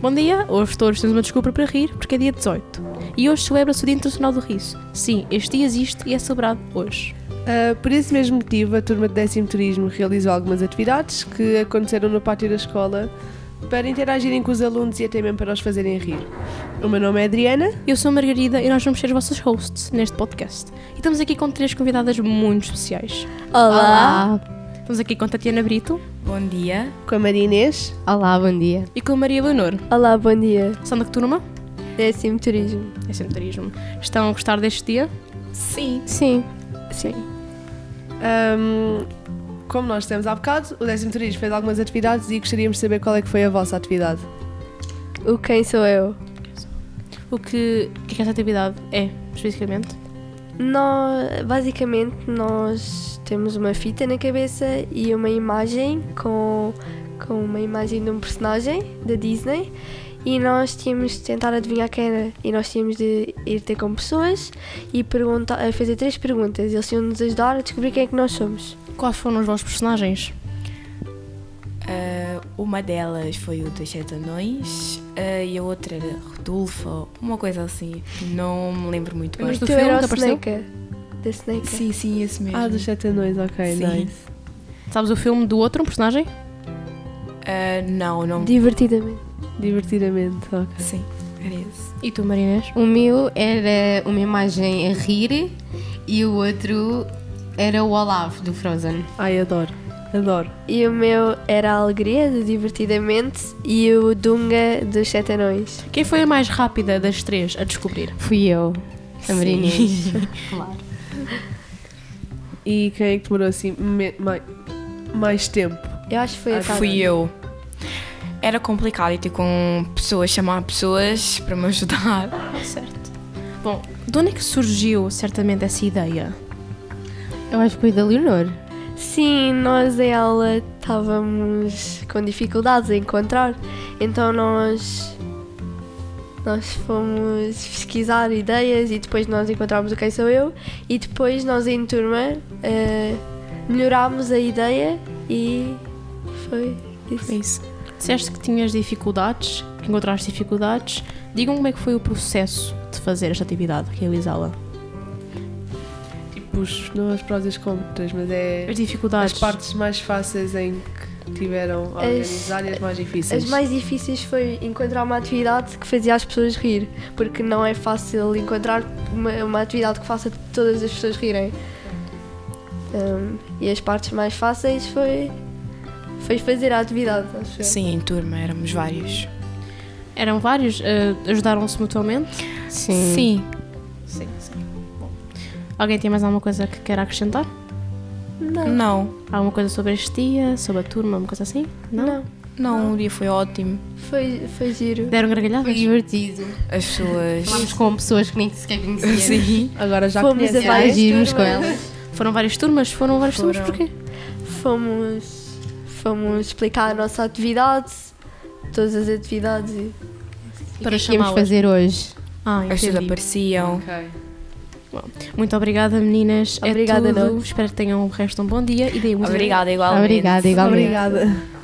Bom dia, hoje todos temos uma desculpa para rir, porque é dia 18. E hoje celebra-se o Dia Internacional do Riso. Sim, este dia existe e é celebrado hoje. Ah, por esse mesmo motivo, a turma de décimo turismo realizou algumas atividades que aconteceram no pátio da escola para interagirem com os alunos e até mesmo para os fazerem rir. O meu nome é Adriana. Eu sou a Margarida e nós vamos ser os vossos hosts neste podcast. E estamos aqui com três convidadas muito especiais. Olá. Estamos aqui com a Tatiana Brito Bom dia. Com a Maria Inês. Olá, bom dia. e com a Maria Leonor. Olá, bom dia. São da que turma? Décimo turismo. É sempre turismo. Estão a gostar deste dia? Sim. Sim. Sim. Ahm, como nós dissemos há bocado, o décimo turismo fez algumas atividades e gostaríamos de saber qual é que foi a vossa atividade. O quem sou eu? O que, o que é que essa atividade é, especificamente? Nós, basicamente, nós temos uma fita na cabeça e uma imagem com, com uma imagem de um personagem da Disney e nós tínhamos de tentar adivinhar quem era e nós tínhamos de ir ter com pessoas e perguntar, a fazer três perguntas. Eles iam nos ajudar a descobrir quem é que nós somos. Quais foram os vossos personagens? Ah, uma delas foi o dos Sete Anões ah, e a outra era Rodolfo, uma coisa assim. Não me lembro muito bem. Mas do Tu filme Então era que o apareceu? Snake. Da Snake. Sim, sim, esse mesmo. Ah, dos sete anões, ok, Sim. nice. Sabes o filme do outro um personagem? Ah, não, não. Divertidamente. Divertidamente, ok. Sim, era esse. E tu, Marinês? O meu era uma imagem a rir e o outro era o Olaf do Frozen. Ai, adoro, adoro. E o meu era a alegria do Divertidamente e o Dunga dos Sete Anões. Quem foi a mais rápida das três a descobrir? Fui eu, a Maria Inês. E quem é que demorou assim me- mai- mais tempo? Eu acho que foi a Carla. Fui eu. Era complicado ir ter com pessoas, chamar pessoas para me ajudar. Certo. Bom, de onde é que surgiu certamente essa ideia? Eu acho que foi da Leonor. Sim, nós em aula estávamos com dificuldades a encontrar, então nós, nós fomos pesquisar ideias e depois nós encontramos o Quem Sou Eu e depois nós em turma eh, melhorámos a ideia e foi isso. É isso. Disseste que tinhas dificuldades, que encontraste dificuldades. Digam como é que foi o processo de fazer esta atividade, realizá-la. Tipo, os- não as prós e as contras, mas é As dificuldades. as partes mais fáceis em que tiveram a As- organizar e as mais difíceis. As mais difíceis foi encontrar uma atividade que fazia as pessoas rir, porque não é fácil encontrar uma, uma atividade que faça todas as pessoas rirem. Um, e as partes mais fáceis foi, foi fazer a atividade, acho eu. Sim, em turma, éramos vários. Eram vários? eh, Ajudaram-se mutuamente? Sim. Sim. Sim, sim. Bom. Alguém tem mais alguma coisa que queira acrescentar? Não, Não, Alguma coisa sobre este dia, sobre a turma, uma coisa assim? não, não, o dia foi ótimo. Foi, foi giro. Deram gargalhadas? Foi divertido. As pessoas. Falámos com pessoas que nem sequer conheciam. Sim. Agora já Fomos a conhecem. várias Interagirmos com turmas. elas. Foram várias turmas? Foram várias turmas Foram. porquê? Fomos, fomos explicar a nossa atividade, todas as atividades. e- E o que Para é que íamos chamá-las. fazer hoje? Ah, As pessoas entendi. apareciam. Ok. Muito obrigada, meninas. Obrigada, é tudo. nós. Espero que tenham o resto de um bom dia e deem um Obrigada, igualmente. Obrigada, igualmente. Obrigada.